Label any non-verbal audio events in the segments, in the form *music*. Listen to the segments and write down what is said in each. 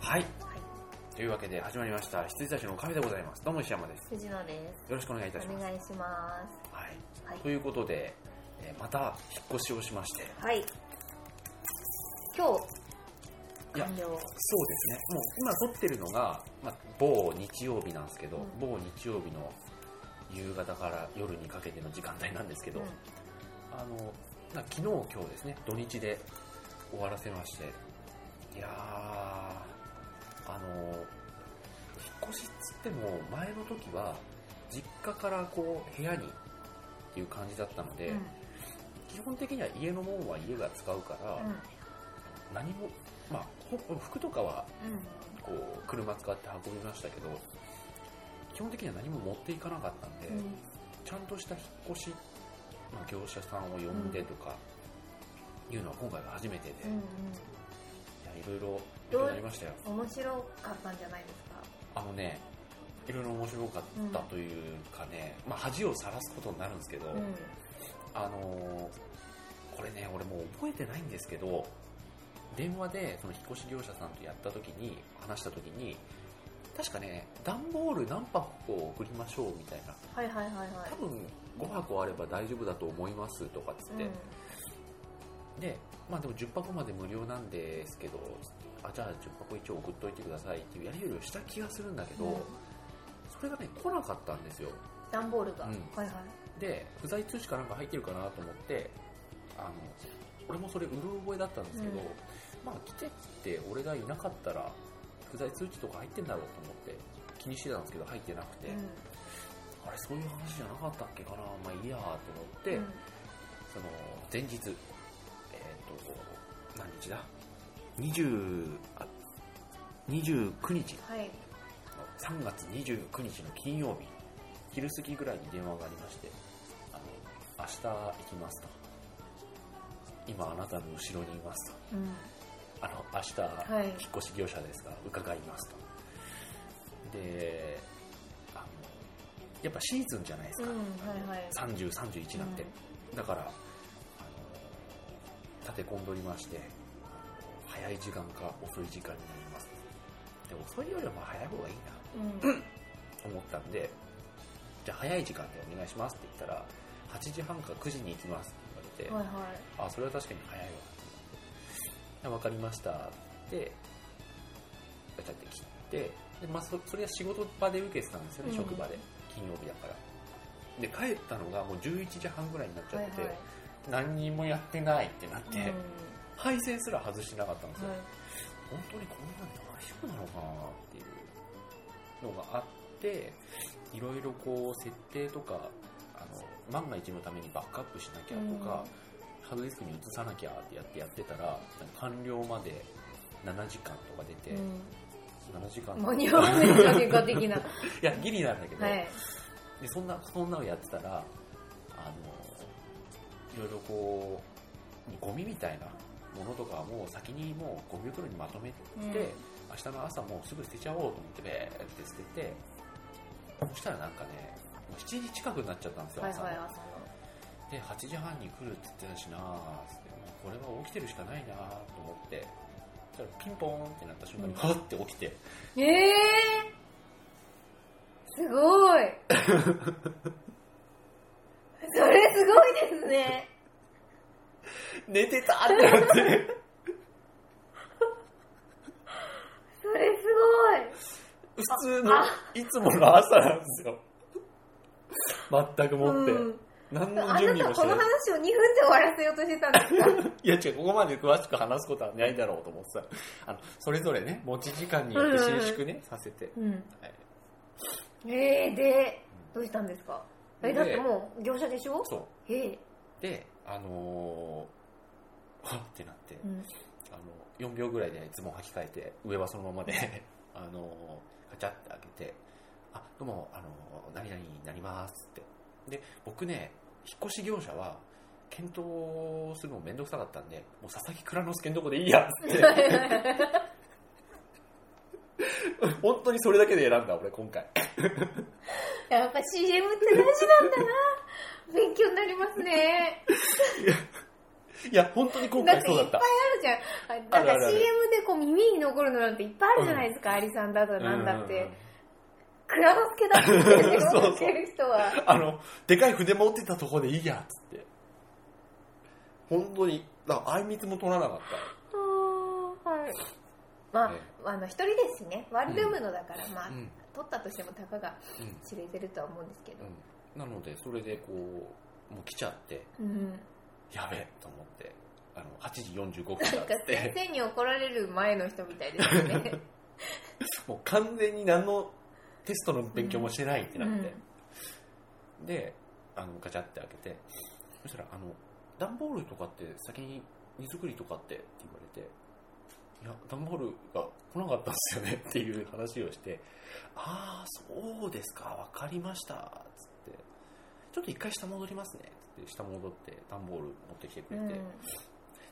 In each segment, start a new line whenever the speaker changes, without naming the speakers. はい、というわけで始まりました羊たちのおかみでございますどうも石山です
藤野で
よろしくお願いいたし
す。お
ます、
願いしま
はい
す。はい。
ということで、えーまた引っ越しをしまして
はい。今
い
日、
や
完了。
そうですねもう今撮ってるのが、まあ、某日曜日なんですけど、
うん
某日曜日の夕方から夜にかけての時間帯なんですけど、
うん
あのまあ昨日今日ですね土日で終わらせましていやーあの引っ越しっつっても前の時は実家からこう部屋にっていう感じだったので、
うん
基本的には家のもんは家が使うから、
うん
何もまあほ服とかは
うん
こう車使って運びましたけど基本的には何も持っていかなかったんで、
うん
ちゃんとした引っ越しの業者さんを呼んでとかいうのは今回が初めてで、
うん
いろいろい
ど
ろ
う
いろありましたよ
うん面白かったんじゃないですか。
あのねいろいろ面白かったというかね、まあ、恥をさらすことになるんですけど、
うん
あのーこれね俺もう覚えてないんですけど電話でその引っ越し業者さんとやった時に話した時に確かね段ボール何箱を送りましょうみたいな
はいはいはいはい。
多分5箱あれば大丈夫だと思いますとかっつって、
うん
で、まあでも10箱まで無料なんですけど、あ、じゃあ10箱一応送っといてくださいっていうやり取りをした気がするんだけど、
うん
それがね、来なかったんですよ。
段ボールが。
う
は
ん
いはい。
で、不在通知かなんか入ってるかなと思って、あの、俺もそれうる覚えだったんですけど、
うん
まあ来てって俺がいなかったら、不在通知とか入ってんだろうと思って、気にしてたんですけど入ってなくて、
う
あれそういう話じゃなかったっけかなまあいいやーと思って、
んうん
その前日、えっ、と、何日だ ?20、あ29日、
はい。
3月29日の金曜日、昼過ぎぐらいに電話がありまして、あの、明日行きますと。今あなたの後ろにいますと。
うん
あの、明日、
はい
引っ越し業者ですが、伺いますと。で、あの、やっぱシーズンじゃないです
う
か。
んはいはい。
30、31なんて。だから、あの立て込んどりまして、早い時間か遅い時間になります。で、遅いよりはまあ早い方がいいな
うんうん
と思ったんで、じゃあ早い時間でお願いしますって言ったら、8時半か9時に行きますって言
は
わ
い
れて、
はい。
あ、それは確かに早いわあ。わかりましたって、ガチャって切って、でまあ、そそれは仕事場で受けてたんですよね、
うん
職場で。金曜日だから。で、帰ったのがもう11時半ぐらいになっちゃ
は
っ
い
てて、
はい。
何にもやってないってなって、
うん
配線すら外してなかったんですよ、
はい
本当にこんなんで大丈夫なのかなっていうのがあっていろいろこう設定とかあの万が一のためにバックアップしなきゃとか、ハードディスクに移さなきゃってやってやってたら完了まで7時間とか出て、7時間
うん間に合わ
*laughs*
ないじゃねえか的な。
いやギリなんだけど、
はい。
でそんなそんなのやってたらあのいろいろこうゴミみたいなものとかはもう先にもうゴミ袋にまとめて、
うん
明日の朝もうすぐ捨てちゃおうと思ってベーって捨ててそしたらなんかねもう7時近くになっちゃったんですよ、
はい
朝
はい、
の
朝の。
で8時半に来るって言ってたしなあつってもうこれは起きてるしかないなあと思ってそしたらピンポーンってなった瞬間に
うん
ハッて起きて
ええ
*laughs*
すごいそれすごいですね
寝てたってなって
それす
普通のいつもの朝なんですよ全く
ごい
もって、
うん
何
あな
の準備
た
もし
こ
て
の
ない
話を2分で終わらせようとしてたんですか
いや違うここまで詳しく話すことはないだろうと思ってさあのそれぞれね持ち時間によって伸縮ね、させて、
うん
はい、
ええでどうしたんですかえ
で
だってもう業者でしょ
そう
ええ
であのー、 *laughs* はっってなって、
うん
あの4秒ぐらいでズボン履き替えて上はそのままで *laughs* あのガチャって開けて「あどうもあの何々になります」ってで僕ね引っ越し業者は検討するのめんどくさかったんでもう佐々木蔵之介のとこでいいやっつって *laughs* 本当にそれだけで選んだ俺今回
やっぱ CM って大事なんだな勉強になりますね
いや、本当に今
だっ
回
て
そ
いう
だっ
っぱ
た
い。あるじゃん。
あるあ
なん
るある
か CM でこう耳に残るのなんていっぱいあるじゃないですか、アリさんだとなんだっ
うんうんう
て
ん。
蔵之介だっ
*laughs*
て言って
そうそう
てる人は。
あの、でかい筆持ってたとこでいいや、つって。本当に、だからあいみつも取らなかっ
あーはい。まあ
え、
あの、一人ですしね、ワンルームのだから、ま
た。
あ、
ん。
取ったとしてもたかが知れてるとは思うんですけど。
うん。なので、それでこう、もう来ちゃって、
うん。
やべえと思って、あの、8時45分
なんか
だっ
先
て、
生に怒られる前の人みたいで
*laughs*
すね。
もう完全に何のテストの勉強もしてないってなって。で、あの、ガチャって開けて、そしたら、あの、段ボールとかって先に荷造りとかってって言われて、いや、段ボールが来なかったんですよねっていう話をして、ああ、そうですか、わかりました、つって、ちょっと一回下戻りますね、つって、下戻って段ボール持ってきてく
う
れ
ん。
て、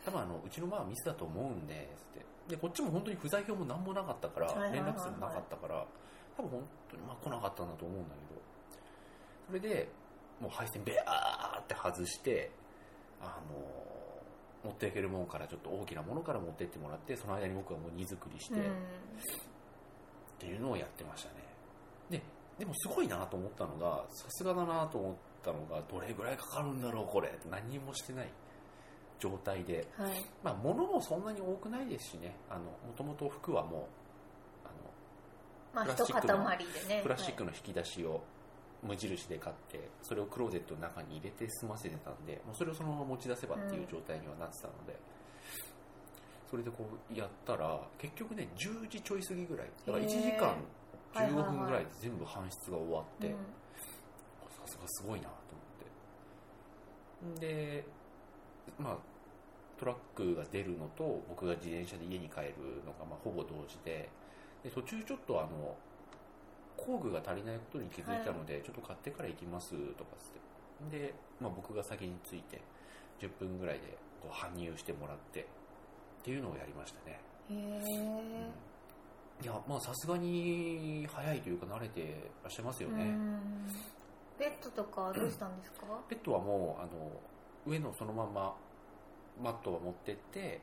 多分あのうちのまあミスだと思うんでつってでこっちも本当に不在票も何もなかったから
はいはいはい
連
はい
絡先もなかったから多分本当にまあ来なかったんだと思うんだけどそれでもう配線ベアーって外してあの持っていけるものからちょっと大きなものから持ってってもらってその間に僕はもう荷造りして、
うん。
っていうのをやってましたねででもすごいなと思ったのがさすがだなと思ったのがどれぐらいかかるんだろうこれって何にもしてない状態で
はい。
まあ、物もそんなに多くないですしね、あの、もともと服はもう、あ
まあ、
プラ
一
スチッ
塊
クの
でね。
の、プラスチックの引き出しを無印で買って、それをクローゼットの中に入れて済ませてたんで、もうそれをそのまま持ち出せばっていう状態にはなってたので、それでこうやったら、結局ね、10時ちょい過ぎぐらい、だから1時間
へ
15分
ーはいはいはい
ぐらいで全部搬出が終わって、
うん
さすがすごいなと思ってでまあトラックが出るのと僕が自転車で家に帰るのがまあほぼ同時でで途中ちょっとあの工具が足りないことに気づいたので、ちょっと買ってから行きますとかつってで、まあ、僕が先に着いて10分ぐらいでこう搬入してもらってっていうのをやりましたね、
へえ。
いやまあさすがに早いというか慣れてらっしゃいますよね、
うんベッドとかどうしたんですか、
ペットはもうあの上のそのままマットは持ってって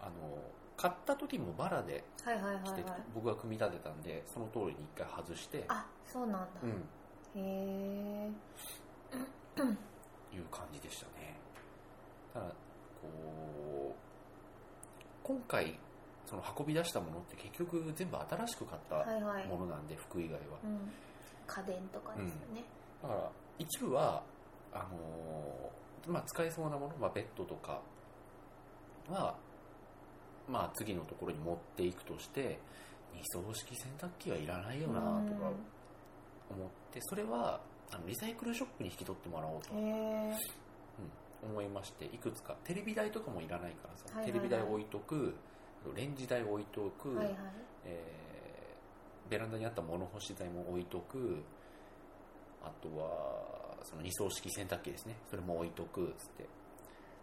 あの買った時もバラで
はいはいはい
着
は
て、
い。
僕が組み立てたんでその通りに一回外して、
あ、そうなんだ。
うん、
へえ。
いう感じでしたねただこう今回その運び出したものって結局全部新しく買った
はいはい。
ものなんで、服以外は
うん。家電とかですよね。
だから一部はあのーまあ、使えそうなもの、まあ、ベッドとかは、まあ、次のところに持っていくとして二槽式洗濯機はいらないよなとか思ってそれはあのリサイクルショップに引き取ってもらおうと
うんへえ。
思いましていくつかテレビ台とかもいらないからさ、
はいはいはい
テレビ台置いとくレンジ台置いとく、
はいはい。
えーベランダにあった物干し材も置いとくあとはその二層式洗濯機ですねそれも置いとくっつって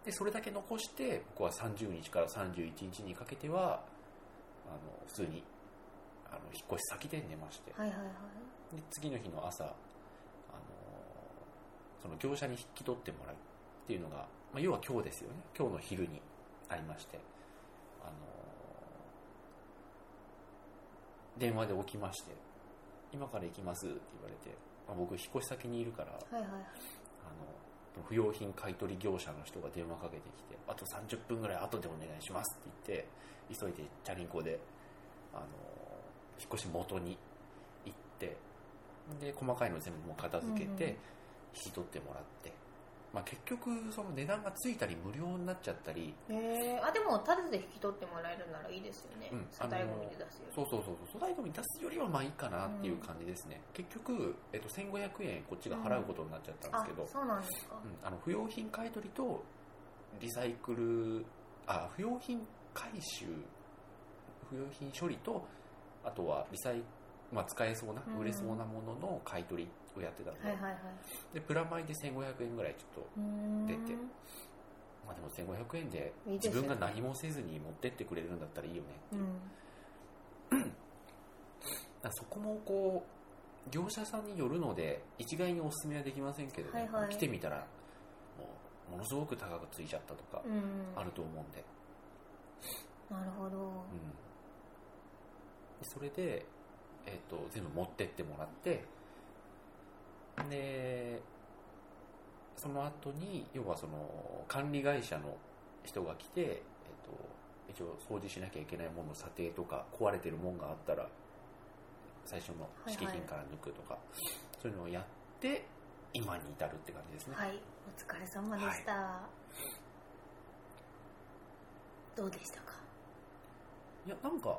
でそれだけ残して僕は30日から31日にかけてはあの普通にあの引っ越し先で寝まして
はいはいはい。
で次の日の朝あのその業者に引き取ってもらうっていうのが、まあ、要は今日ですよね今日の昼にありましてあの電話で起きまして今から行きますって言われて、まあ僕引っ越し先にいるからあ
はいはいはい。
の不用品買取業者の人が電話かけてきてあと30分ぐらい後でお願いしますって言って急いでチャリンコであの引っ越し元に行ってで細かいの全部もう片付け
うんうん
て引き取ってもらって、まあ、結局その値段がついたり無料になっちゃったり
へえ。あ、でも、ただで引き取ってもらえるならいいですよね。
うん
粗大ゴミで出すより。
そうそうそうそう粗大ゴミ出すよりはまあいいかなっていう感じですね、結局、えっと、1500円こっちが払うことになっちゃったん
あ
ですけど、、
そうなんですか。
うんあの不用品買い取りとリサイクルあ不用品回収不用品処理とあとはリサイ、まあ、使えそうな
うん
売れそうなものの買い取りをやってたので,、
はいはいはい。
でプラマイで1500円ぐらいちょっと、
うーん。
出てまあ、でも1500円で
いいで
自
すよね
分が何もせずに持ってってくれるんだったらいいよね
うん。
だからそこもこう業者さんによるので一概にお勧めはできませんけどね、
はいはい
来てみたらもうものすごく高くついちゃったとか
うん
あると思うんで、
なるほど
うん、それで、えっと全部持ってってもらってでその後に要はその管理会社の人が来て、えっと一応掃除しなきゃいけないものの査定とか壊れてるもんがあったら最初の敷金から抜くとか、そういうのをやって今に至るって感じですね、
はいお疲れ様でした、どうでしたか
いやなんか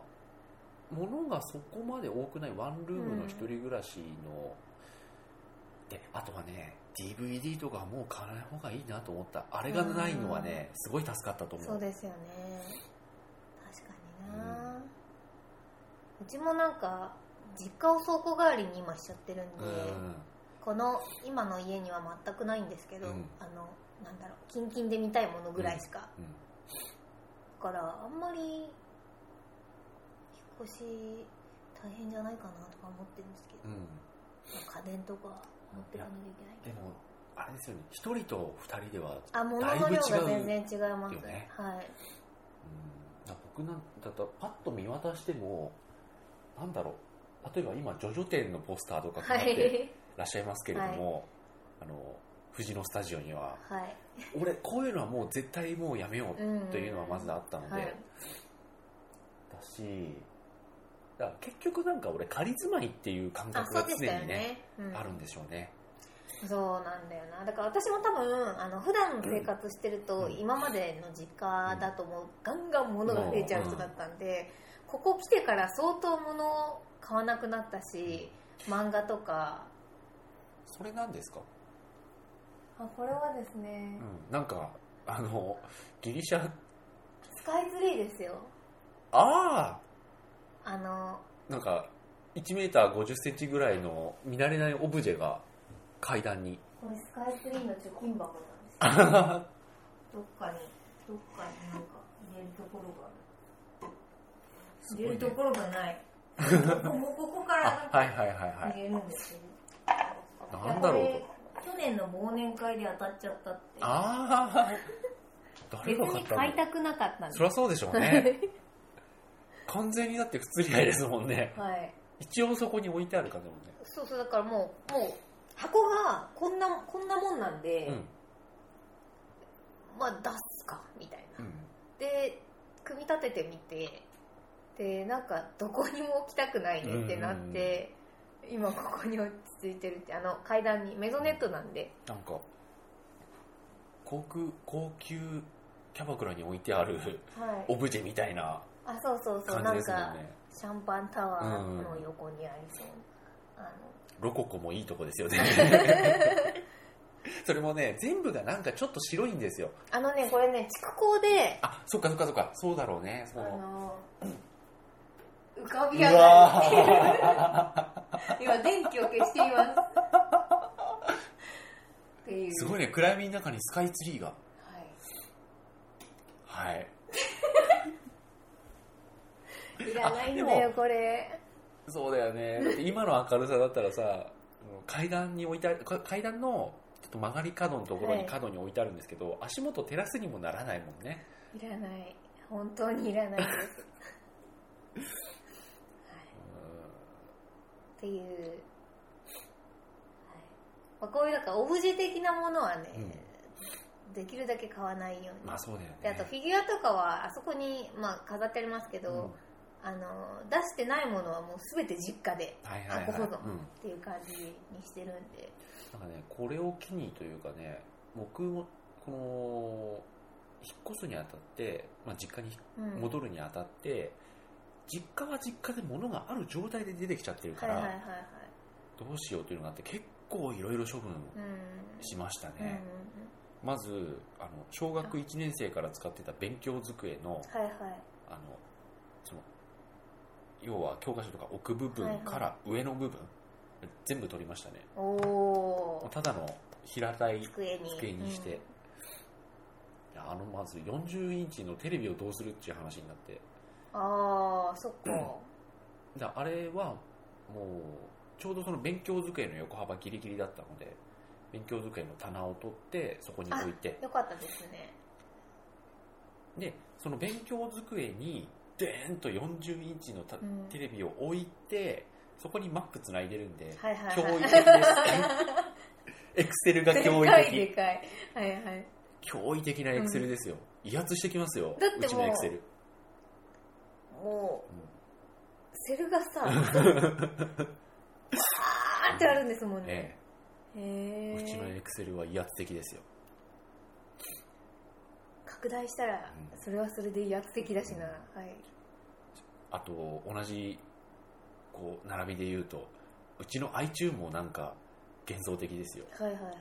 物がそこまで多くないワンルームの一人暮らしの、であとはね DVD とかはもう買わない方がいいなと思ったあれがないのはね、すごい助かったと思う
そうですよね確かにな、うちもなんか実家を倉庫代わりに今しちゃってるんで、
うん
この今の家には全くないんですけど、
うん
あのなんだろうキンキンで見たいものぐらいしか、
うん
だからあんまり引っ越し大変じゃないかなとか思ってるんですけ
う
ど、
ん
まあ家電とか持ってかなきゃいけないけ
で
ど
もあれですよね一人と二人では、うん、
あ物の量
だい
が
ぶ違う
全然違います
よね
はい
だ僕なんだとパッと見渡してもなんだろう例えば今ジョジョ店のポスターとか
は
配って
い
らっしゃいますけれども、あの藤のスタジオには
はい
俺こういうのはもう絶対もうやめよ
うん
うというのはまずあったので、
はい
だしだから結局なんか俺仮住まいっていう感
あ
覚
そ
が
うで
常
し
に
たよ
ね
ね、うん、
あるんでしょうね
そうなんだよなだから私も多分あの普段生活してると、
うん
今までの実家だともうガンガン物が増えちゃう人だったんで、ここ来てから相当物を買わなくなったし漫画とか
それなんですか、
あこれはですね、
うん、なんかあのギリシャ
スカイツリーですよ
ああ
あの
なんか1メーター5 0センチぐらいの見慣れないオブジェが階段に
これスカイツリーの貯金箱なんです
*laughs*
よ
あ
どっかにどっかになんか入れるところがある
すごい
入
ね
れるところがないここここからなんか
はいはいはいは
入
い
れるんですよ、
なんだろうと
と去年の忘年会で当たっちゃったって
ああ誰
別
が買
に
ったの
買いたくなかったんです
そりゃそうでしょうね完全にだって不釣り合いですもんね
*laughs* はい
一応そこに置いてある感じだもんね
そうそうだからもうもう箱がこんなこんなもんなんで、
う
まあ出すかみたいな、
ん、
で組み立ててみてでなんかどこにも置きたくないねってなって、今ここに落ち着いてるってあの階段にメゾネットなんで
なんか高級高級キャバクラに置いてあ
*laughs*
る
はい
オブジェみたいな
あそうそうそう
感
な
じ
ん
ですも
か
んね
シャンパンタワーの横にありそうな、あの
ロココもいいとこですよ
*laughs*
ねそれもね全部がなんかちょっと白いんですよ
あのね、これね、筑港で、
あそっかそっかそっかそうだろうねそ
あ
の
の、浮かび
う
上が
わ
る。今、電気を消しています。っていう。
ーすご
はい。
いね暗闇の中にスカイツリーがはい
いらないんだ
あで
よ、
も
これ。
そうだよね。だって今の明るさだったらさ、あの階段に置いてある、か階段のちょっと曲がり角のところ
は
に
い
角に置いてあるんですけど、足元照らすにもならないもんね。
いらない。本当にいらないです。はい。っていう。はい。まあ、こういう、なんか、オブジェ的なものはね、できるだけ買わないよう
う
に。
んまあそうだよね。
であとフィギュアとかはあそこに、まあ、飾ってありますけど、
うん
あの出してないものはもう全て実家で
はいはいはい。
箱保存
うん。
っていう感じにしてるんで
なんかね、これを機にというかね、僕も、この、引っ越すにあたって、まあ実家に
うん
戻るにあたって、実家は実家で物がある状態で出てきちゃってるか
はい
ら、
はいはいはい
どうしようというのがあって、結構いろいろ処分
うん
しましたね。
うんうんうん
まずあの小学1年生から使ってた勉強机の
はいはい
あのその要は教科書とか置く部分から上の部分、全部取りましたね
おお
ただの平たい
机に
机にして、いやあのまず40インチのテレビをどうするっていう話になって
うんああそっか、
であれはもうちょうどその勉強机の横幅ギリギリだったので勉強机の棚を取ってそこに置いて
よかったですね
でその勉強机にでーんと40インチのた
うん
テレビを置いてそこに Mac つないでるんで、
はいはいはい
教育的
*laughs*
です Excel が驚
で
異
かいで
的
かいはいはい
驚異的な Excel ですよ、威圧してきますよ
だってもう
うちの Excel、
もう
うん
セルがさバーってあるんですもんね
ええ
へ
うちの
え
Excel は威圧的ですよ
拡大したら
うん
それはそれで威圧的だしなはい
あと同じこう並びで言うとうちの iTune もなんか幻想的ですよ
はいはいはい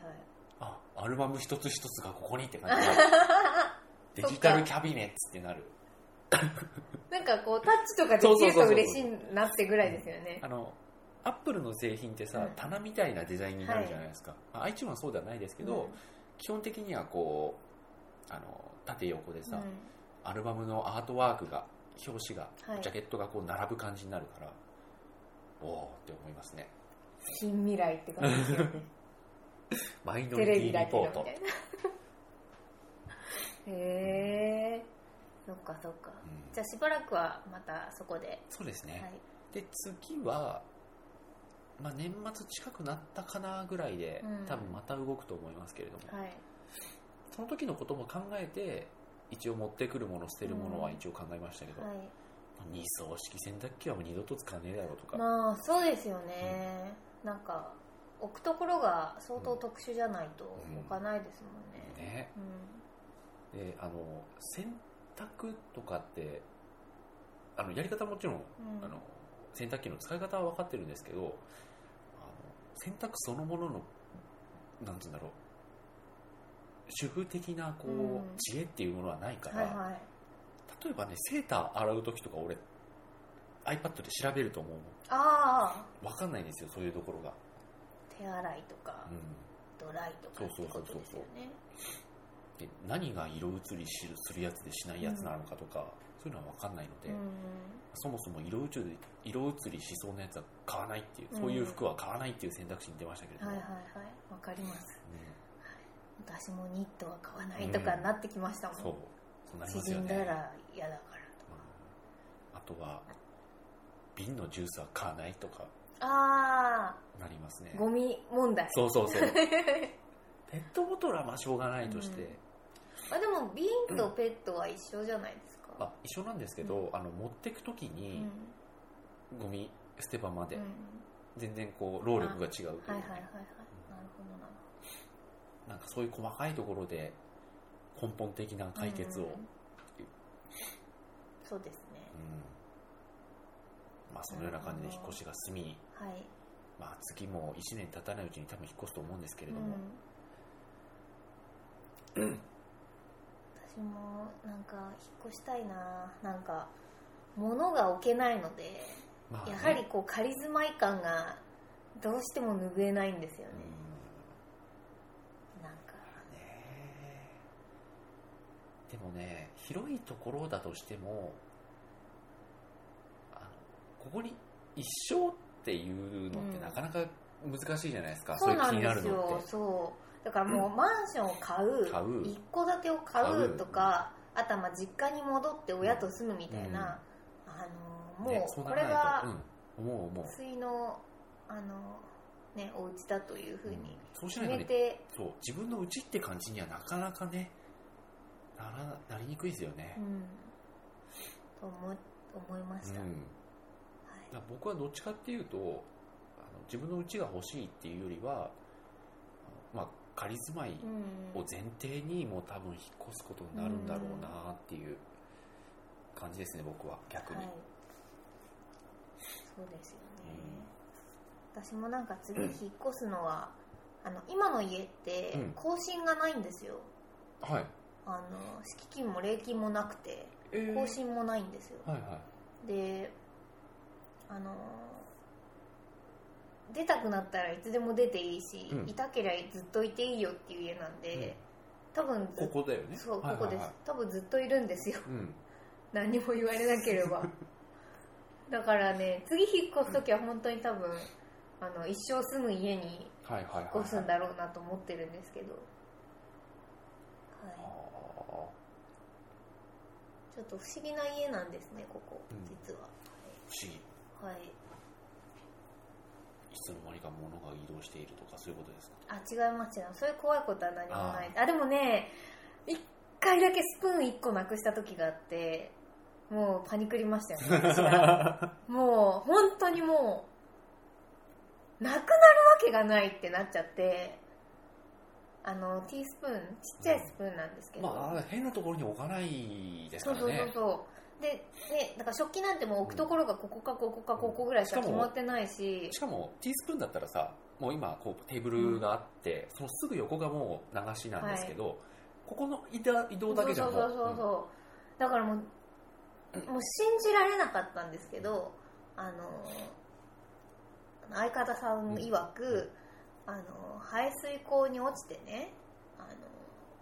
あアルバム一つ一つがここにって感じが
*laughs*
デジタルキャビネッツってなる
なんかこうタッチとかできると嬉しいなってぐらいですよね
あのアップルの製品ってさ、
うん
棚みたいなデザインになるじゃないですか、まあ、iTune はそうではないですけど、基本的にはこうあの縦横で
うん
さ、
うん
アルバムのアートワークが表紙が、
はい
ジャケットがこう並ぶ感じになるからおおって思いますね
近未来って感じですよね
マイノ
テ
リテ
レビ
ィ
だ
リ
け
ポ
ど
ー
みたい
ト
なへえそっかそっか
うん
じゃあしばらくはまたそこで
そうです
は
ね、
い
で次は、まあ、年末近くなったかなぐらいで、
うん
多分また動くと思いますけれども、
はい
その時のことも考えて一応持ってくるもの捨てるものは一応考えましたけど、
はい
二層式洗濯機はもう二度と使わねえだろうとか、
まあそうですよね、なんか置くところが相当特殊じゃないと
うん
置かないですもんね、
ね
うん
であの洗濯とかってあのやり方もちろん、
うん
あの洗濯機の使い方は分かってるんですけどあの洗濯そのもののなんつうんだろう主婦的なこう、
うん
知恵っていうものはないから、
はいはい
例えばねセーター洗う時とか俺 iPad で調べると思う
ああ
の分かんないんですよそういうところが、
手洗いとか、
うん、
ドライとかってことですよね
で何が色移りしするやつでしないやつなのかとか、そういうのは分かんないので、
うん
そもそも色移り色移りしそうなやつは買わないっていう、そういう服は買わないっていう選択肢に出ましたけれど
は
も、
いはいはいわかります私もニットは買わないとかになってきました
うん
もん
そう、そうなります
縮
よ
ん
ね、
だ
うん
ら嫌だから
あ
と
とは瓶のジュースは買わないとか
ああ
なりますね
ゴミ問題
そうそう
*laughs*
そうペットボトルはまあしょうがないとして、
うんあでも瓶とペットは一緒じゃないですか、
あ一緒なんですけど、あの持ってく時
う
に
ん
ゴミ捨て場まで
うん
全然こう労力が違うというか
はいはいはいはいなるほどな
なんかそういう細かいところで根本的な解決を、
うんそうですね
まあ、そのような感じで引っ越しが済み、
はい、
まあ、次も1年経たないうちに多分引っ越すと思うんですけれ
うん
ども、、
私もなんか引っ越したいななんか物が置けないので
まあね
やはりこう仮住まい感がどうしても拭えないんですよね
うん、
なんか
ねでもね広いところだとしてもあのここに一生っていうのってなかなか難しいじゃないですか、
そう
い
な
気
ん
にな
で
る
す
の
よ
って
そうだからもうマンションを買う
買う
一戸建てを買うとかあとはまあ実家に戻って親と住むみたいな、あの
ね
も
そうな
こ
ら
れ
ない
が
と、うん、思う思う
水のあの、ね、お家だというふう
うん
に
そうし
決
ないと
め
ね
て、
そう自分のうちって感じにはなかなかねならなりにくいですよね
う、ん、と思い思いま
う
し
ん
た、はい
だから僕はどっちかっていうとあの自分のうちが欲しいっていうよりはあのまあ仮住まい
うん
を前提にもう多分引っ越すことになるんだろうなっていう感じですね僕は逆に、
はい、そうですよね、私もなんか
*clears throat*
次引っ越すのは、あの今の家って
うん
更新がないんですよ、
はい
あの敷金も礼金もなくて
えー
更新もないんですよ、
はいは
であの出たくなったらいつでも出ていいし、
うん
いたけりゃずっといていいよっていう家なんで、多分
い
ず
こ
っ
こだよね
そうこ
はい
こ
は
で
い
す、
はい
多分ずっといるんですよ
うん
何にも言われなければだからね次引っ越す時は本当に多分あの一生住む家に
はいはいはい
引っ越すんだろうなと思ってるんですけど、
あ
は
ー
い、ちょっと不思議な家なんですねここ
うん
実は、
不思議
はい、
いつの間にか物が移動しているとかそういうことですか
あ違います違うそういう怖いことは何もないあでもね一回だけスプーン1個なくした時があってもうパニクりましたよね私がもう本当にもうなくなるわけがないってなっちゃってあのティースプーンちっちゃいスプーンなんですけど、
まああれ変なところに置かないです
そ
か
う
ら
そうそう
ね
そうでねだから食器なんてもう置くところがここかここかここぐらいしか決まってないし
しかもティースプーンだったらさもう今こうテーブルがあって、そのすぐ横がもう流しなんですけど、ここの移動移動だけじゃ
そ
も
う
う
そうそうそう
うん
そうだからもうもう信じられなかったんですけどあの相方さん曰く、あの排水溝に落ちてねあの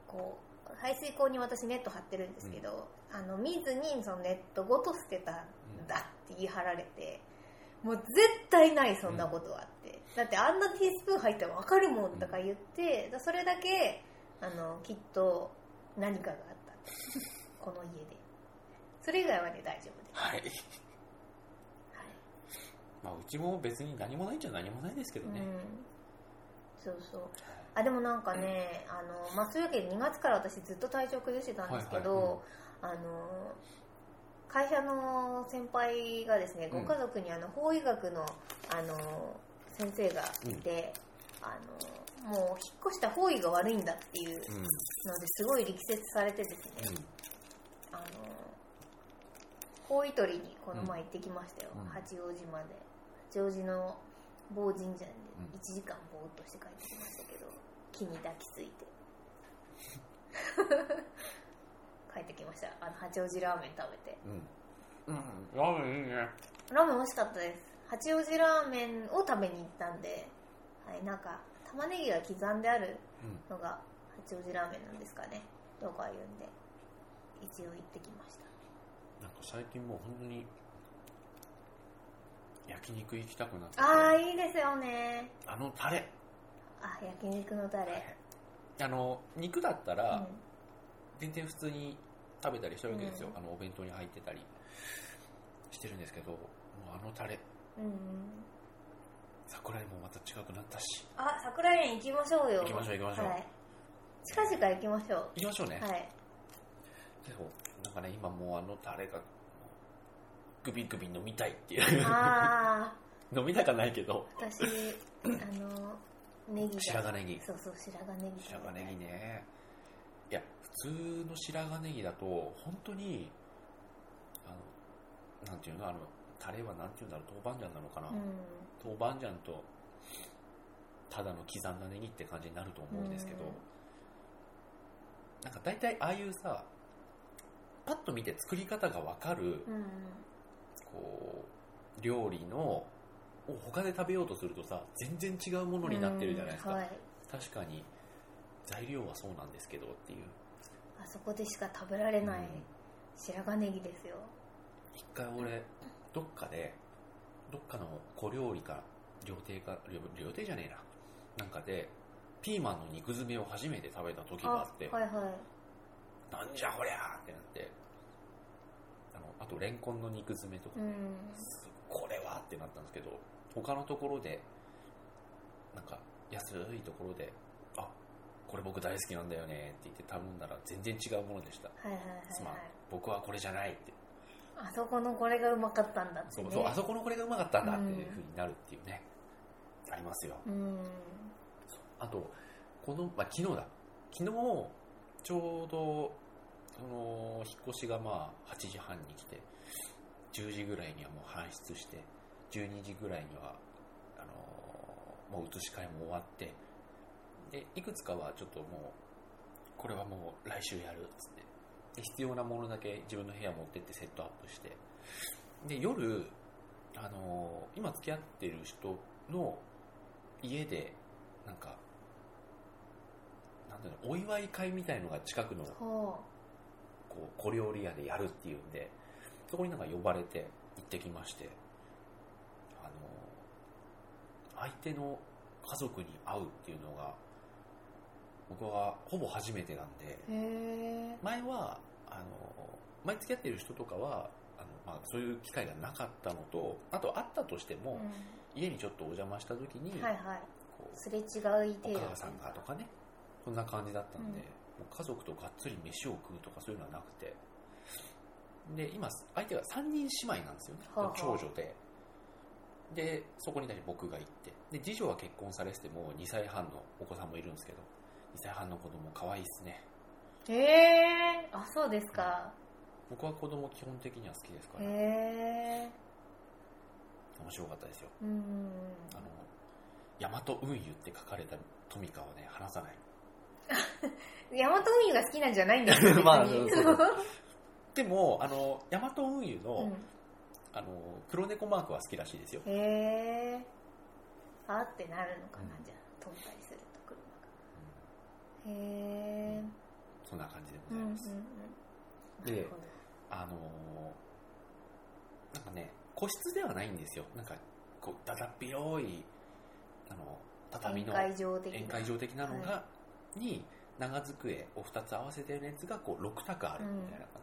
こう排水溝に私ネット張ってるんですけど、あの見ずにそのネットごと捨てたんだって言い張られて、もう絶対ないそんなことはって、だってあんなティースプーン入ったら分かるもんとか言って、だそれだけあのきっと何かがあった *laughs* んだこの家でそれ以外はね大丈夫です、
はい、
はい
まあ、うちも別に何もないっちゃ何もないですけどね、
うん、そうそうあでもなんかね、あのまあ、そういうわけで2月から私ずっと体調崩してたんですけど、あの会社の先輩がですね
う
ご
ん
家族にあの法医学のあの先生がいて、あのもう引っ越した方位が悪いんだっていう
うんうん
のですごい力説されてですね、あの法医取りにこの前行ってきましたよ、
うん
八王子まで八王子の某神社に
うん
1時間ぼーっとして帰ってきましたけど木に抱きついて *laughs* 帰ってきましたあの八王子ラーメン食べて
うんうんラーメンいいね
ラーメン美味しかったです八王子ラーメンを食べに行ったんで、はい、なんか玉ねぎが刻んであるのが八王子ラーメンなんですかねとか言うんで一応行ってきました
なんか最近もう本当に焼肉行きたくなって
ああいいですよね
あのタレ
あ焼肉のタレ、
あの肉だった
うん、
ら全然普通に食べたりしてるわけですよ、
うん
あのお弁当に入ってたりしてるんですけどもうあのタレ
うんうん
桜井もまた近くなったし
あ桜園行きましょうよ
行きましょう行きましょう
はい、近々行きましょ
行きましょうね、
うはい
でもなんかね今もうあのタレがグビグビ飲みたいっていう
ああ
*laughs* 飲みたくはないけど
私あのネギが
白髪ネギ
そうそう白髪ネギ
白髪ネギねいや普通の白髪ネギだと本当にあのなんていうのあのタレはなんていうんだろう豆板醤なのかな、
う
豆板醤とただの刻んだネギって感じになると思うんですけど、
うん
なんか大体ああいうさパッと見て作り方がわかる
んうん
こう料理のを他で食べようとするとさ全然違うものになってるじゃないですか、
うんはい
確かに材料はそうなんですけどっていう
あそこでしか食べられない
うん
白髪ネギですよ
一回俺どっかでどっかの小料理か料亭か料料亭じゃねえななんかでピーマンの肉詰めを初めて食べた時があって、
はいはい
なんじゃこりゃーってなってあのあとレンコンの肉詰めとか、
うん
これはってなったんですけど他のところでなんか安いところであこれ僕大好きなんだよねって言って頼んだら全然違うものでした
はいはいはい
すまん
はい
僕はこれじゃないって
あそこのこれがうまかったんだって
そう
ね
そうあそこのこれがうまかったんだっていうふうになるっていうね、ありますよ
うん
あとこの、まあ、昨日だ昨日ちょうどその引っ越しがまあ8時半に来て10時ぐらいにはもう搬出して12時ぐらいにはあのーもう移し替えも終わってでいくつかはちょっともうこれはもう来週やるっつってで必要なものだけ自分の部屋持ってってセットアップしてで夜、あのー今付き合ってる人の家でなんかなんていうのお祝い会みたいのが近くの
ほ
こう小料理屋でやるっていうんでそこになんか呼ばれて行ってきましてあの相手の家族に会うっていうのが僕はほぼ初めてなんで
へえ
前はあの前付き合ってる人とかはあの、まあ、そういう機会がなかったのとあとあったとしても、
う
家にちょっとお邪魔した時に、
ん、はいはい
こう
すれ違い
お
程度
母さんがとかねそんな感じだったんで、
うん
もう家族とがっつり飯を食うとかそういうのはなくてで今相手が3人姉妹なんですよね、
はあはあ
長女ででそこに対して僕が行ってで次女は結婚されててもう2歳半のお子さんもいるんですけど2歳半の子供可愛いっすね
へえあそうですか
僕は子供基本的には好きですから、
へえ
面白かったですよ
うん
あの「大和運輸」って書かれた富川をね離さない
ヤマト運輸が好きなんじゃないんです
*laughs*
よ
まあ
別に
そうそうでもあのヤマト運輸の,、
*laughs* う
あの黒猫マークは好きらしいですよ
ん、へえあってなるのかな、
うん
じゃあ飛んだりすると車がへえ
そんな感じで
う
ご
ん
ざい
うんうん
ます、
なるほ
あのーなんかね個室ではないんですよなんかこうだだっ広いあの
ど
畳
宴
の
会場的な
宴会場的なのが、に長机を2つ合わせたようなやつがこう6卓あるみたいな感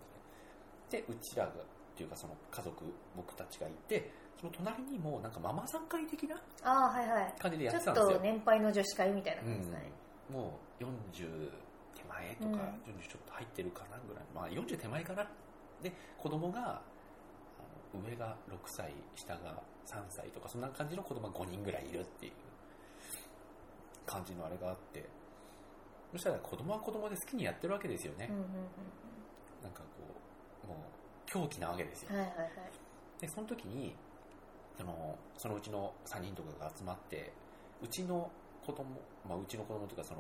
じで、でうちらがっていうかその家族僕たちがいてその隣にもなんかママさん会的な
ああはいはい
感じでや
ちょ
ってた
っ
んですよ
と年配の女子会みたいな感じですね、
うん、もう40手前とか、40ちょっと入ってるかなぐらい、まあ、40手前かなで子供があの上が6歳下が3歳とかそんな感じの子供が5人ぐらいいるっていう感じのあれがあってそしたら子供は子供で好きにやってるわけですよね、
うんうん
なんかこうもう狂気なわけですよ
うんはいはいはい
でその時にそのそのうちの3人とかが集まってうちの子供、まあ、うちの子供というかその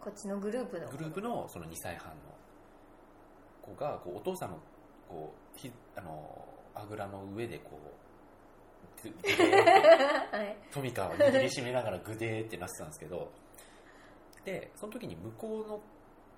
こっちのグループの
グループのその2歳半の子がこうお父さんのこうひあのあぐらの上でこうぐぐでーって
*laughs* はい
富川を握りしめながらグデーってなってたんですけどでその時に向こうの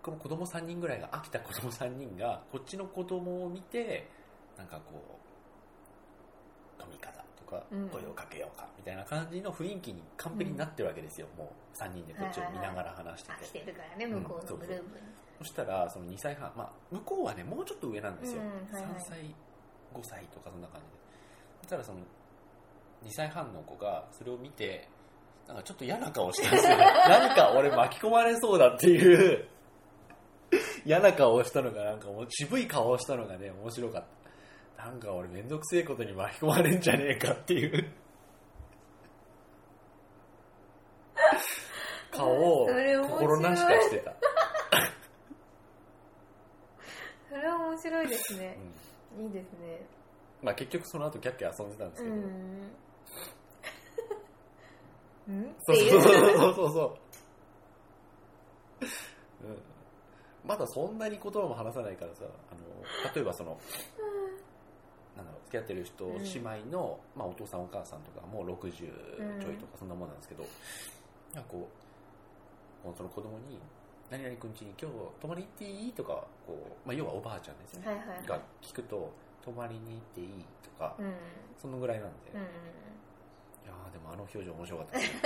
この子供3人ぐらいが飽きた子供3人がこっちの子供を見てなんかこう富川だとか
うん
声をかけようかみたいな感じの雰囲気に完璧になってるわけですよ、もう3人でこっちを見ながら話して
飽
て
き。てるからね向こうのグループに、
そしたらその2歳半、まあ、向こうはねもうちょっと上なんですよ、
うんはいはい
3歳5歳とかそんな感じでそしたらその2歳半の子がそれを見てなんかちょっと嫌な顔したんですよ
*laughs*
何か俺巻き込まれそうだっていう嫌な顔をしたのがなんかもう渋い顔をしたのがね面白かったなんか俺めんどくせえことに巻き込まれんじゃねえかっていう
*laughs*
顔を
それ面白い
心なしかしてた
それは面白いですね
う、ん
いいですね
まあ結局その後キャッキャ遊んでたんです
う
けど、
んうん *laughs* って
そう
い
そううそうそうそう、うん、まだそんなに言葉も話さないからさあの例えばそのなんだろう付き合ってる人、
うん
姉妹の、まあ、お父さんお母さんとかもう60ちょいとかそんなもんなんですけど、なんかこうこうその子供に「何々くんちに今日泊まり行っていい?」とかこう、まあ、要はおばあちゃんですね、
はいはいはい
が聞くと「泊まりに行っていい?」とか、
うん
そのぐらいなんで、
う
い
ん
やーでもあの表情面白かったですね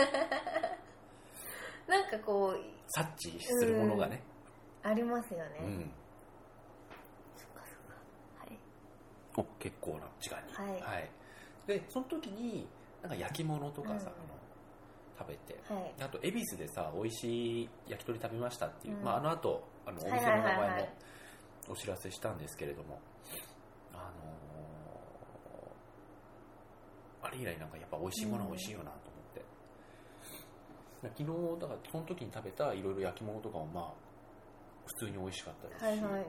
なんかこう
察知するものがね、
ありますよね、
うん
そっかそっかはい
お結構な時間に、
はい
でその時になんか焼き物とかさ、
うん
あの食べて
はい
あと恵比寿でさ美味しい焼き鳥食べましたっていう、
うん
まあ、あの後あのお店の名
はいはいはいは
前
い
もお知らせしたんですけれども、あのーあれ以来なんかやっぱ美味しいものは美味しいよなと思って、昨日だからその時に食べたいろいろ焼き物とかもまあ普通に美味しかったですし、
はいはい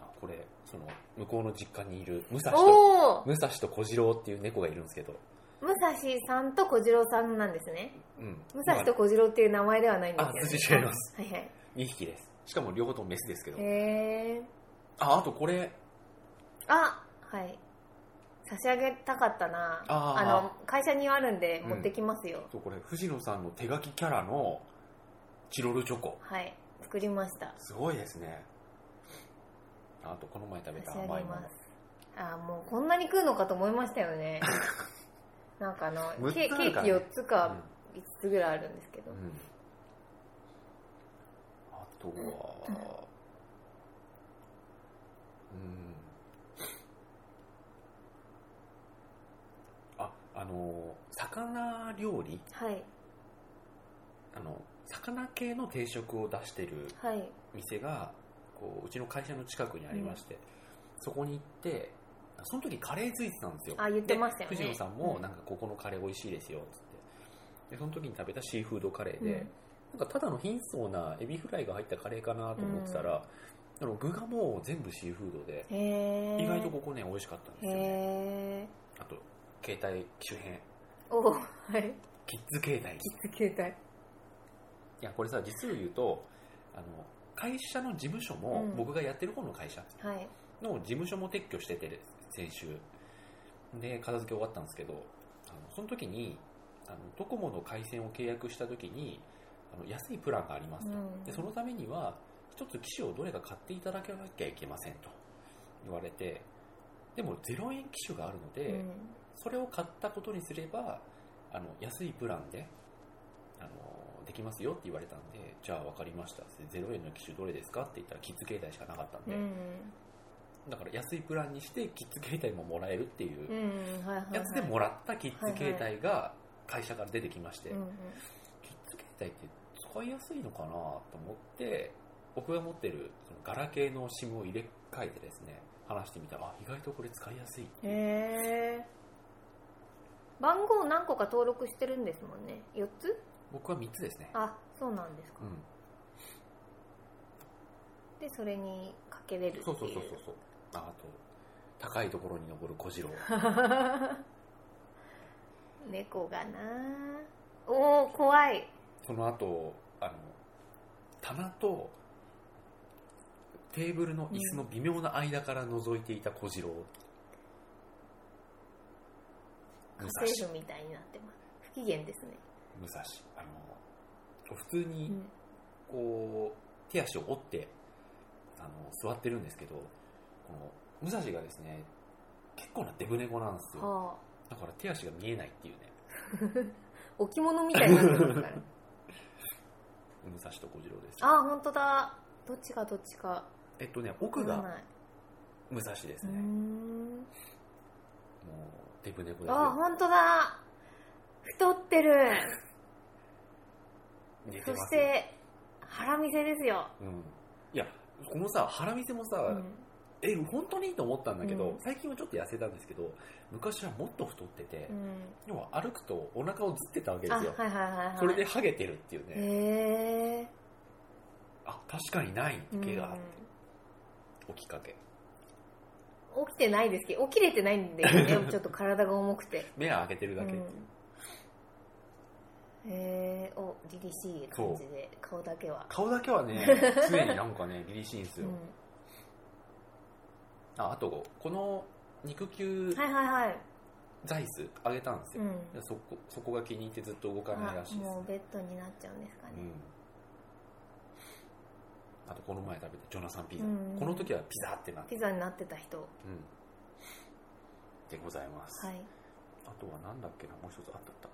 あこれその向こうの実家にいる武蔵と
おお
武蔵と小次郎っていう猫がいるんですけど、
武蔵さんと小次郎さんなんですね
うん、
武蔵と小次郎っていう名前ではないんです
あ
よ、ね、
違います
はいはい
2匹ですしかも両方ともメスですけど
へえ
ああとこれ
あはい差し上げたかったな
あー
の会社にあるんで持ってきますよ、
そうこれ藤野さんの手書きキャラのチロルチョコ
はい作りました
すごいですねあとこの前食べた
差し上
甘い
げ
も
ま
の *laughs*
すあーもうこんなに食うのかと思いましたよねなんかあの
6つあ
ケ
る
ケ
からね
ーキ4つか5つぐらいあるんですけど、
うんあとは、うん。あ、あの、魚料理
はい
あの、魚系の定食を出してる
はい
店が、こう、うちの会社の近くにありまして、そこに行って、その時カレーついてたんですよ。
あ言ってましたよ
で
ね
藤野さんも
う、ん
なんかここのカレー美味しいですよ、つって。で、その時に食べたシーフードカレー
うん
で、なんかただの貧相なエビフライが入ったカレーかなと思ってたら、あの具がもう全部シーフードで、
へえ
意外とここね、美味しかったんです
へ
よ、ね。
え
あと、携帯周辺、
おおはい
キッズ携帯。い
キッズ携帯
や、これさ、実を言うと、あの、会社の事務所も、
うん
僕がやってる方の会社
はい
の事務所も撤去してて、先週。で、片付け終わったんですけど、あのその時に、あのドコモの回線を契約した時に、あの安いプランがありますと。
うん
でそのためには一つ機種をどれか買っていただかなきゃいけませんと言われてでも0円機種があるので、
うん
それを買ったことにすればあの安いプランであのできますよって言われたんでじゃあ分かりましたで0円の機種どれですかって言ったらキッズ携帯しかなかったん
う
で、
ん
だから安いプランにしてキッズ携帯ももらえるっていううん
はいはいはい
やつでもらったキッズ携帯が会社から出てきまして、
うんうん
キッズ携帯って使いやすいのかなと思って、僕が持ってるそのガラケーの SIM を入れ替えてですね、話してみたら、あ、意外とこれ使いやすいっていう。
へえ番号何個か登録してるんですもんね4つ
僕は3つですね。
あそうなんですか
う、ん。
でそれにかけれるっていう
そうそうそうそうそう。ああと、高いところに登る小次郎。
猫がなおお怖い
その後、あの、棚とテーブルの椅子の微妙な間から覗いていた小次郎。
家
武蔵
政婦みたいになってます不機嫌ですね、
武蔵。あの、普通に、
うん
こう、手足を折って、あの、座ってるんですけど、この、武蔵がですね、結構なデブ猫なんですよ。
は
だから手足が見えないっていうね、
あ、置物みたいになってますから
*laughs* 武蔵と小次郎です。
ああ本当だどっちがどっちか
えっとね、奥
わかん
が
ない
武蔵です
うー
ね。も
ん
う、デブ猫です
ああ
よ。
本当だ太ってる
寝て
そ
ま
し
すよ。
て腹見せですよ、
うん。いや、このさ、腹見せもさ、
うん
え、本当にいいと思ったんだけど、
うん
最近はちょっと痩せたんですけど、昔はもっと太ってて、
うん
要は歩くとお腹をずってたわけで
あ
す
はい
よ。
はいはいはい
それでハゲてるっていうね。
へえ
あ確かにない毛が起きかけ
起きてないですけど起きれてないんです
*laughs*
よねちょっと体が重くて
目は開けてるだけっていう、
うんへえお凛々しい感じで顔だけは
顔だけは
*laughs*
ね常になんかね凛々しいんですよ、
うん
ああとこの肉球
はいはいはい、
座椅子あげたんです
う
よ、
ん、
でそこそこが気に入ってずっと動かないらしいです、
あもうベッドになっちゃうんですか
う
ね
ん、あとこの前食べたジョナサンピザ、
うん
この時はピザってなって、
ピザになってた人は
うん、でございます、
い
あとはなんだっけなもう一つあったあっ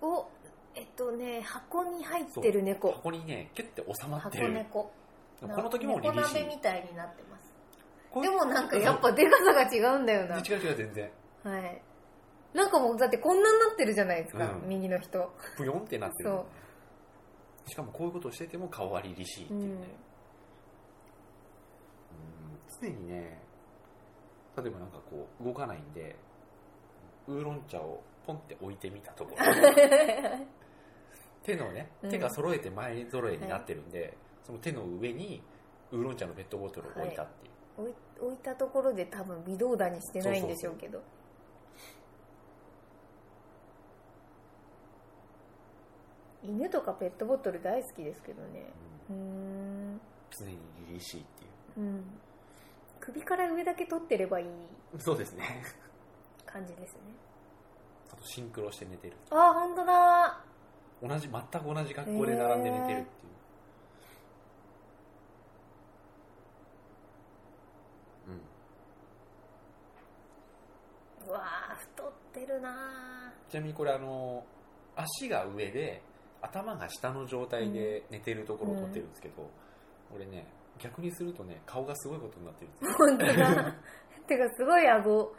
た
おえっとね箱に入ってる猫
箱にねキュッて収まって
箱
る
猫
この時も
猫
凛々しい
鍋みたいになってます
こう
でもなんかやっぱでかさが違うんだよな
違う違う全然
はい。なんかもう、だってこんなになってるじゃないですか、
うん
右の人。
ぷよんってなってる
そ
しかもこういうことをしてても顔はりりしいっていうね、
う
うんん、常にね例えばなんかこう動かないんでウーロン茶をポンって置いてみたとこ
*laughs*
ろ手のね
うん
手が揃えて前揃えになってるんで、その手の上にウーロン茶のペットボトルを置いたっていう、
置い置いたところで多分微動だにしてないんでしょうけど。犬とかペットボトル大好きですけどね。うーん。
うん常にりりしいってい
うん。首から上だけ取ってればいいう
そうですね *laughs*
感じですね。
あとシンクロして寝てる
ああ、ほんとだ
同じ全く同じ格好で並んで寝てるっていう、うん
うわあ、太ってるな
ちなみにこれあの足が上で頭が下の状態で寝てるところを撮ってるんですけど、俺ね逆にするとね顔がすごいことになってるんですよ、
本当 *laughs* だてかすごい顎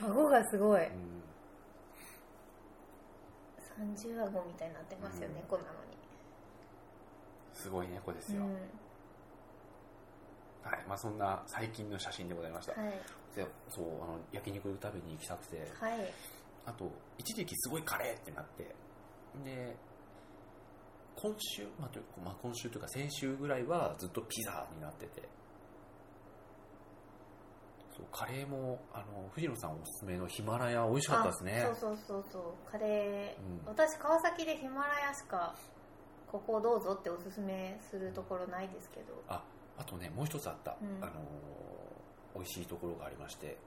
顎がすごい
うん
三重顎みたいになってますよ
うん
猫なのに
すごい猫です
う
よ、
ん
はいまあ、そんな最近の写真でございました、
はい
でそうあの焼肉食べに行きたくて、
はい
あと一時期すごいカレーってなってで今週、まあというかまあ、今週というか先週ぐらいはずっとピザになっててそうカレーもあの藤野さんおすすめのヒマラヤ美味しかったですね
あそうそうそうそうカレー、
うん
私川崎でヒマラヤしかここどうぞっておすすめするところないですけど
ああとねもう一つあった、
うん
あのー美味しいところがありまして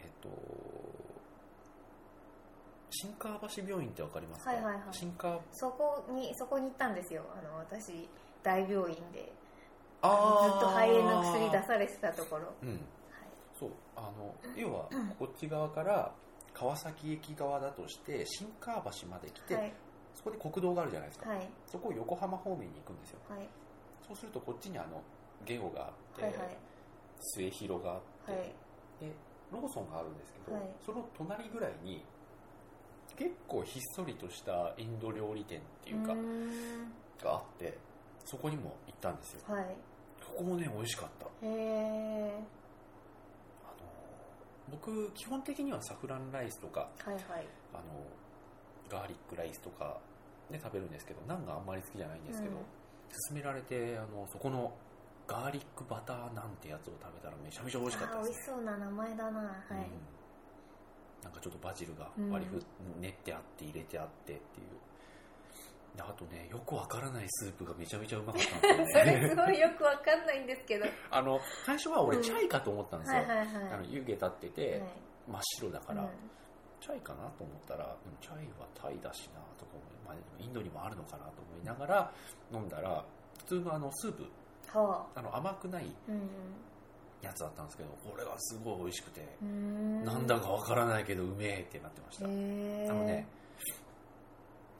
えっと新川橋病院ってわかりますか、
はいはいはい
新川
そこにそこに行ったんですよあの私大病院でずっ
あー
と肺炎の薬出されてたところ、は
うん
い、
そうあの要はこっち側から川崎駅側だとして新川橋まで来て、
はい
そこで国道があるじゃないですか、
はい
そこを横浜方面に行くんですよ
はい
そうするとこっちにあのゲオがあって、
はいはい
末広があって、
はい
でローソンがあるんですけど、
はい
その隣ぐらいに結構ひっそりとしたインド料理店っていうか、
ーん
があってそこにも行ったんですよ
はい
ここもね美味しかった
へえ
あの僕基本的にはサフランライスとか
はいはい
あのガーリックライスとかで食べるんですけどナンがあんまり好きじゃないんですけど、
うん
勧められてあのそこのガーリックバターなんてやつを食べたらめちゃめちゃ美味しかった
あー
で
美
す
味しそうな名前だなは
うん
い、
なんかちょっとバジルが割りふ、練ってあって入れてあってっていうであとねよくわからないスープがめちゃめちゃうまかったんです
*laughs* *laughs* そ
よ
れ
ね
すごいよくわかんないんですけどは
*laughs* あの最初は俺
うん
チャイかと思ったんですよ、
いはいはい
あの湯気立ってて、
はい
真っ白だから、
うん
チャイかなと思ったら、でもチャイはタイだしなとか思い、まあ、でもインドにもあるのかなと思いながら飲んだら、普通のあのスープ、
は
あの甘くない
あうん
やつだったんですけど、これがすごい美味しくて、
うんうー
なんだかわからないけどうめえってなってました。
へえ
あのね、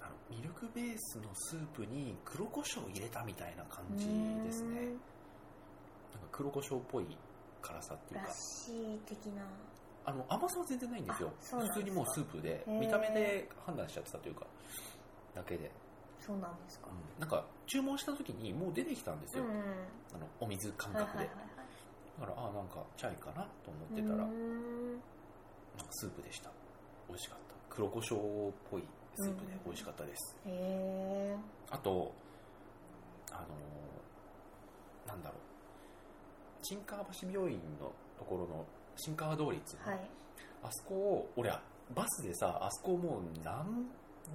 あのミルクベースのスープに黒胡椒を入れたみたいな感じですね。
う
なんか黒胡椒っぽい辛さって
ー
い
ん
うか
ら、しい的な
あの甘さは全然ないんですよ
あそうなん
普
ですか
通にもうスープで
へー
見た目で判断しちゃってたというかだけで、
そうなんですか
うんなんか注文した時にもう出てきたんです
う
よ、
んうん
あのお水感
はいはい
覚で、
はい
だからああなんかチャイかなと思っ
は
て
い
たら、
うーん
なんかスープでした美味しかった黒胡椒っぽいスープで
うん
美味しかったです、
へえ
あとあのーなんだろう新川橋病院のところの新川通りっつうの
はい
あそこを俺はバスでさあそこをもう何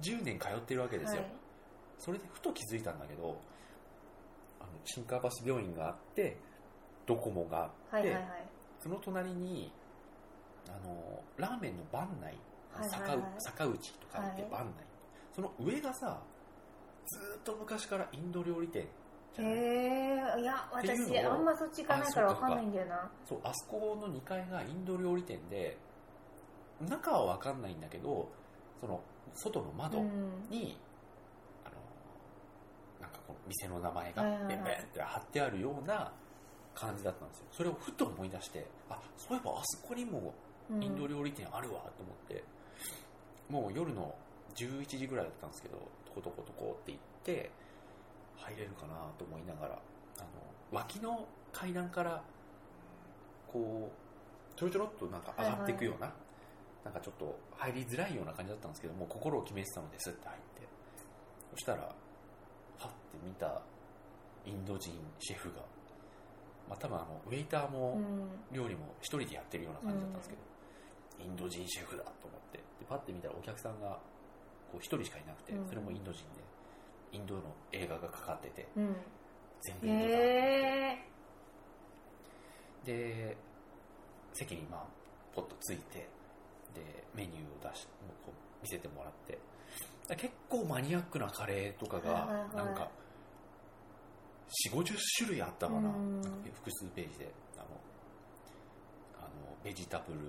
十年通ってるわけですよ、
はい
それでふと気づいたんだけどあの新川橋病院があってドコモがあっ
はい
て、
はいはい
その隣にあのラーメンの番内、
はいはい
坂
はい
坂口とかって
はい
番内、その上がさずーっと昔からインド料理店じゃない、
へえいや
っていうのを
私あんまそっち行かないから
あ
わ
そうか
かんないんだよな
そうあそこの2階がインド料理店で中は分かんないんだけどその外の窓、
うん
にあのなんかこの店の名前が
はいはいはい
ベンベンって貼ってあるような感じだったんですよそれをふと思い出してあそういえばあそこにも
うん
インド料理店あるわと思って、もう夜の11時ぐらいだったんですけどトコトコトコって行って入れるかなと思いながらあの脇の階段からこうちょろちょろっとなんか上がっていくような、なんかちょっと入りづらいような感じだったんですけどもう心を決めてたのですって入ってそしたらはって見たインド人シェフが、まあ、多分あのウェイターも、
うん
料理も一人でやってるような感じだったんですけど、インド人シェフだと思ってでパッて見たらお客さんがこう一人しかいなくて、
うん
それもインド人でインドの映画がかかってて
うん
全部インドだ、
へえ
で席にまあポッとついてでメニューを出しこう見せてもらってだ結構マニアックなカレーとか
はいはい
が
はい
なんか4 5 0種類あったかな,、
うん
なんか複数ページであのあのベジタブル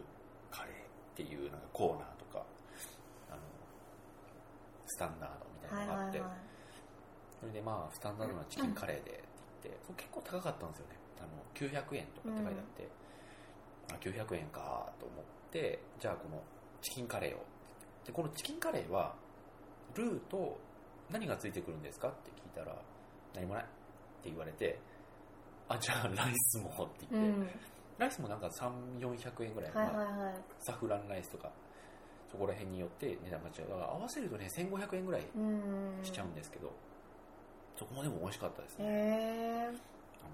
カレーっていうなんかコーナーとかあのスタンダードみたい
は
ないのがあっ
はい
て、
はい
それでまあスタンダードなチキンカレーでって言ってこれ結構高かったんですよねあの900円とかって書いてあって、あ900円かと思ってじゃあこのチキンカレーをでこのチキンカレーはルーと何がついてくるんですかって聞いたら何もないって言われてあじゃあライスもって
う
言って、
ん
ライスもなんか3400円ぐらい、
はい
まあ
はいはい
サフランライスとかそこら辺によって値段が違うだから合わせるとね1500円ぐらい
うん
しちゃうんですけど、そこもでも美味しかったです
へ
ね、
え
あの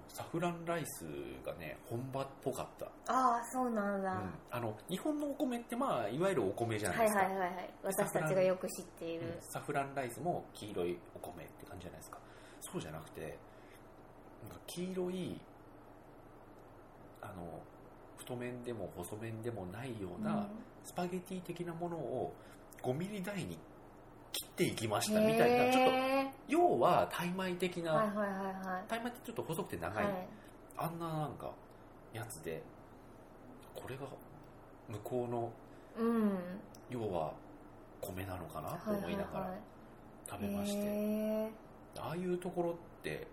サフランライスがね本場っぽかった、
ああそうなんだ、
うんあの日本のお米ってまあいわゆるお米じゃない
は
で
い
すか、
はいはいはい私たちがよく知ってい
うん
る、
サフランライスも黄色いお米って感じじゃないですかそうじゃなくてなんか黄色いあの太麺でも細麺でもないよう
う
なんスパゲティ的なものを5ミリ台に切っていきましたみたいなちょっと
へ
要はタイ米的
ー
な、
はいはいはいはい
タイ米ってちょっと細くて長い、あんななんかやつでこれが向こうの
うん
要は米なのかなと思いなが
は
ら
い
食
は
べ
いはい
まして、
へ
ああいうところって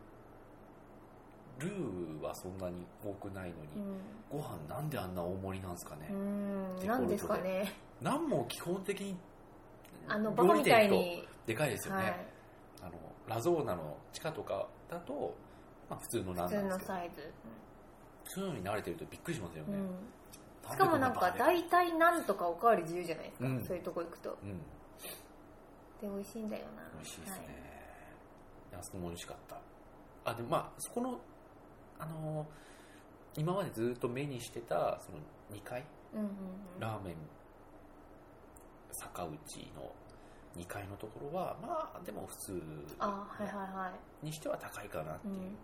ルーはそんなに多くないの
ーう
に、ご飯なんであんな大盛りなんですかね、
んう
て
ん
こういうことで
なんですかね
なんも基本的に
あのバカみたい
料理店行く
に
とでかいですよね、
はい
あのラゾーナの地下とかだと、まあ、普通のラ
普
ンな
通
んで
の
すけど
サイズ
普通のに慣れてるとびっくりしますよ
う
ね、
ん
で
しかもなん
こん
か
なバカで
大体なんとかおかわり自由じゃないですか、
うん
そういうとこ行くと
うん
で美味しいんだよな
美味しいですね、あそこも美味しかったあでもまあそこのあのー今までずっと目にしてたその2階
はい、うんうんうん
ラーメン坂内の2階のところはまあでも普通
あはいはいはい
にしては高いかなっていう、
うん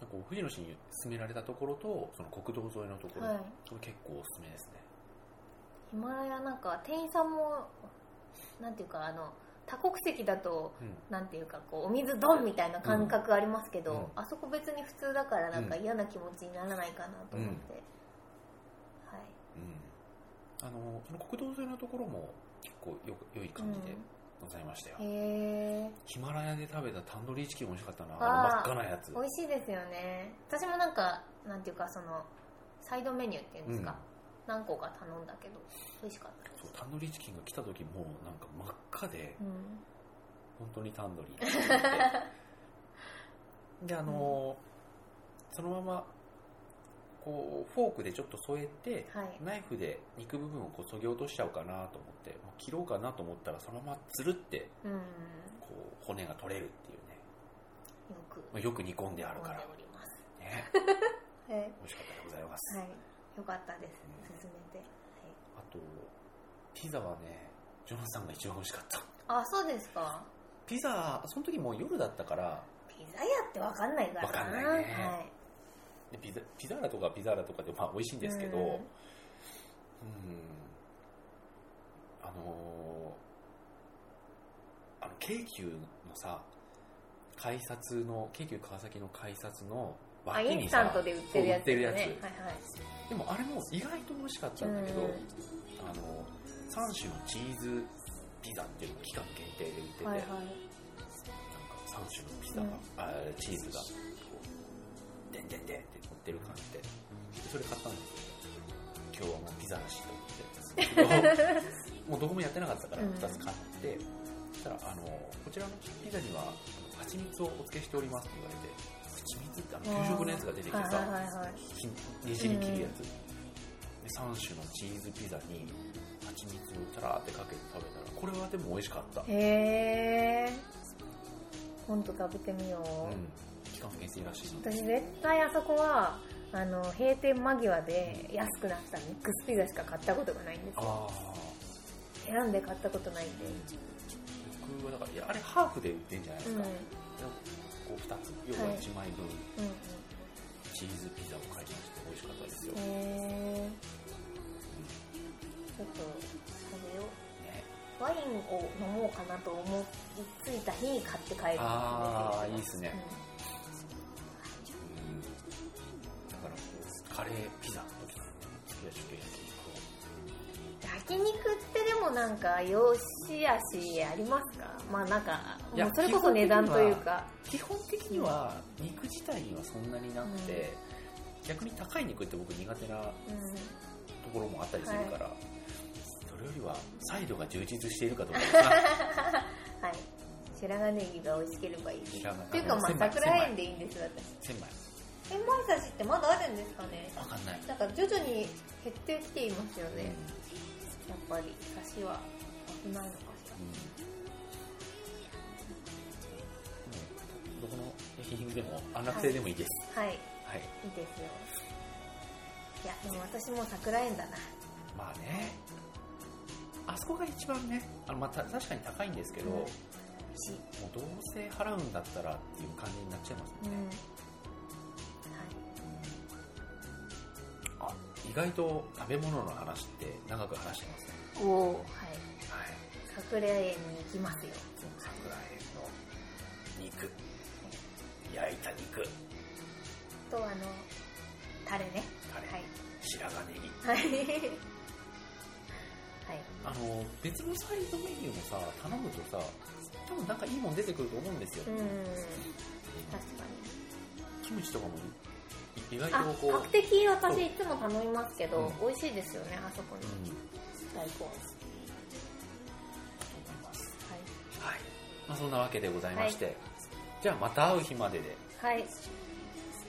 なんかこう藤野氏に勧められたところとその国道沿いのところ、
はい
これ結構おすすめですね
ヒマラヤなんか店員さんもなんていうかあの多国籍だと
うん
なんていうかこうお水ドンみたいな感覚ありますけど、
うんうん
あそこ別に普通だからなんか
う
嫌な気持ちにならないかなと思って、
うんあのその国道沿いのところも結構よく良い感じでございましたよ、
はいへえ
ヒマラヤで食べたタンドリーチキン美味しかったな
あー
あの真っ赤なやつ
美味しいですよね私もなんかなんていうかそのサイドメニューっていうんですか、何個か頼んだけど美味しかったです
そうタンドリーチキンが来た時もうなんか真っ赤で
うん
本当にタンドリー
*laughs*
って思ってであのそのままこうフォークでちょっと添えて
はい
ナイフで肉部分をこう削ぎ落としちゃおうかなと思ってもう切ろうかなと思ったらそのままつるって
うんよ
こう骨が取れるっていうね
く
まあよく煮込んであるから
飲んでおります
ね
はい、はい、
美味しかったでございます、
よかったです
うん
進めて、
あとピザはねジョナサンが一番美味しかった
はい、あそうですか
ピザその時もう夜だったから
ピザ屋ってわかんないから
わかんないね
はい
でピザピザーラとかピザーラとかでまあ美味しいんですけどう
うんん
あのーあの京急のさ改札の京急川崎の改札の
あ
脇
イ
に
ンスタ
さ
ントで売ってるやつですね
そう売ってる
はいはい
でもあれも意外と美味しかったんだけど、
うん
あの3種のチーズピザっていうのを期間限定で売ってて、
はいはい
なんか3種のピザが、あ
うん
チーズがこうでんでんでんって乗ってる感じででそれ買ったんですよ今日はもうピザらしいと思って
*laughs*
もうどこもやってなかったから
うん
2つ買って、そしたらあの「こちらのピザにはあの蜂蜜をお付けしております」って言われて蜂蜜ってあの給食のやつが出てきて
はい
さ、
はいはいはい
ひねじり切るやつ、で3種のチーズピザに蜂蜜をたらーってかけて食べたらこれはでも美味しかった
へえ今度食べてみよ
う
う、
ん、期間限定らしいの
私絶対あそこはあの閉店間際で安くなったミックスピザしか買ったことがないんですよ
ああ
選んで買ったことないんで
僕はだからいやあれハーフで売ってんじゃないで
う
す
ん
か、
うん
でもこう2つ要は1枚分チーズピザを買いまして美味しかったですよ、
うん
ね
へえちょっと食べようワインを飲もうかなと思いついた日に買って帰るんですよ
あーいいっすね
う
うんだからこうカレーピザの時に付け焼き肉を
焼肉ってでもなんか良し悪しありますかまあなんか
いや
もうそれこそ値段というか
基本的には肉自体にはそんなになくて、逆に高い肉って僕苦手なと
うん
ころもあったりするから、それよりはサイドが充実している
*laughs*
かどうかですな
はい白髪ネギが美味しければいいです
白髪
っていうかまあ
千枚
桜園でいいんです私
千枚
千枚刺しってまだあるんですかね
わかんない、
なんか徐々に減ってきていますよねやっぱり刺しは危ないのかしら
うんうん僕の焼肉でも安楽性でもいいです、
はい
はい
いいですよいやでも私もう桜園だな
まあねあそこが一番ねあの、まあ、た確かに高いんですけど、
うん
もう
し
どうせ払うんだったらっていう感じになっちゃいます
う
ね、
ん
あ意外と食べ物の話って長く話してますね
はいおおは
は
い
い
桜園に行きますよ
桜えの肉焼いた肉
とあのタレね
タレ、
はい
白髪ネギ
はいはい
あの別のサイドメニューもさ頼むとさ多分なんかいいもん出てくると思うんですよ、
うん確かに
キムチとかもい意外
あ
とこう、うん、
比較的私いつも頼みますけど、
う
美味しいですよねあそこの大根
だと思います
は
はい、まあ、そんなわけでございまして、じゃあまた会う日までで
い、はい、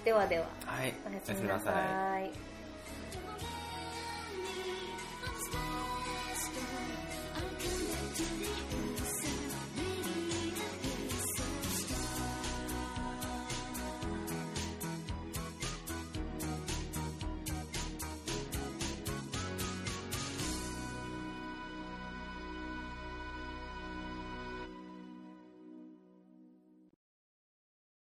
ではでは
はい
おやすみなさい。
い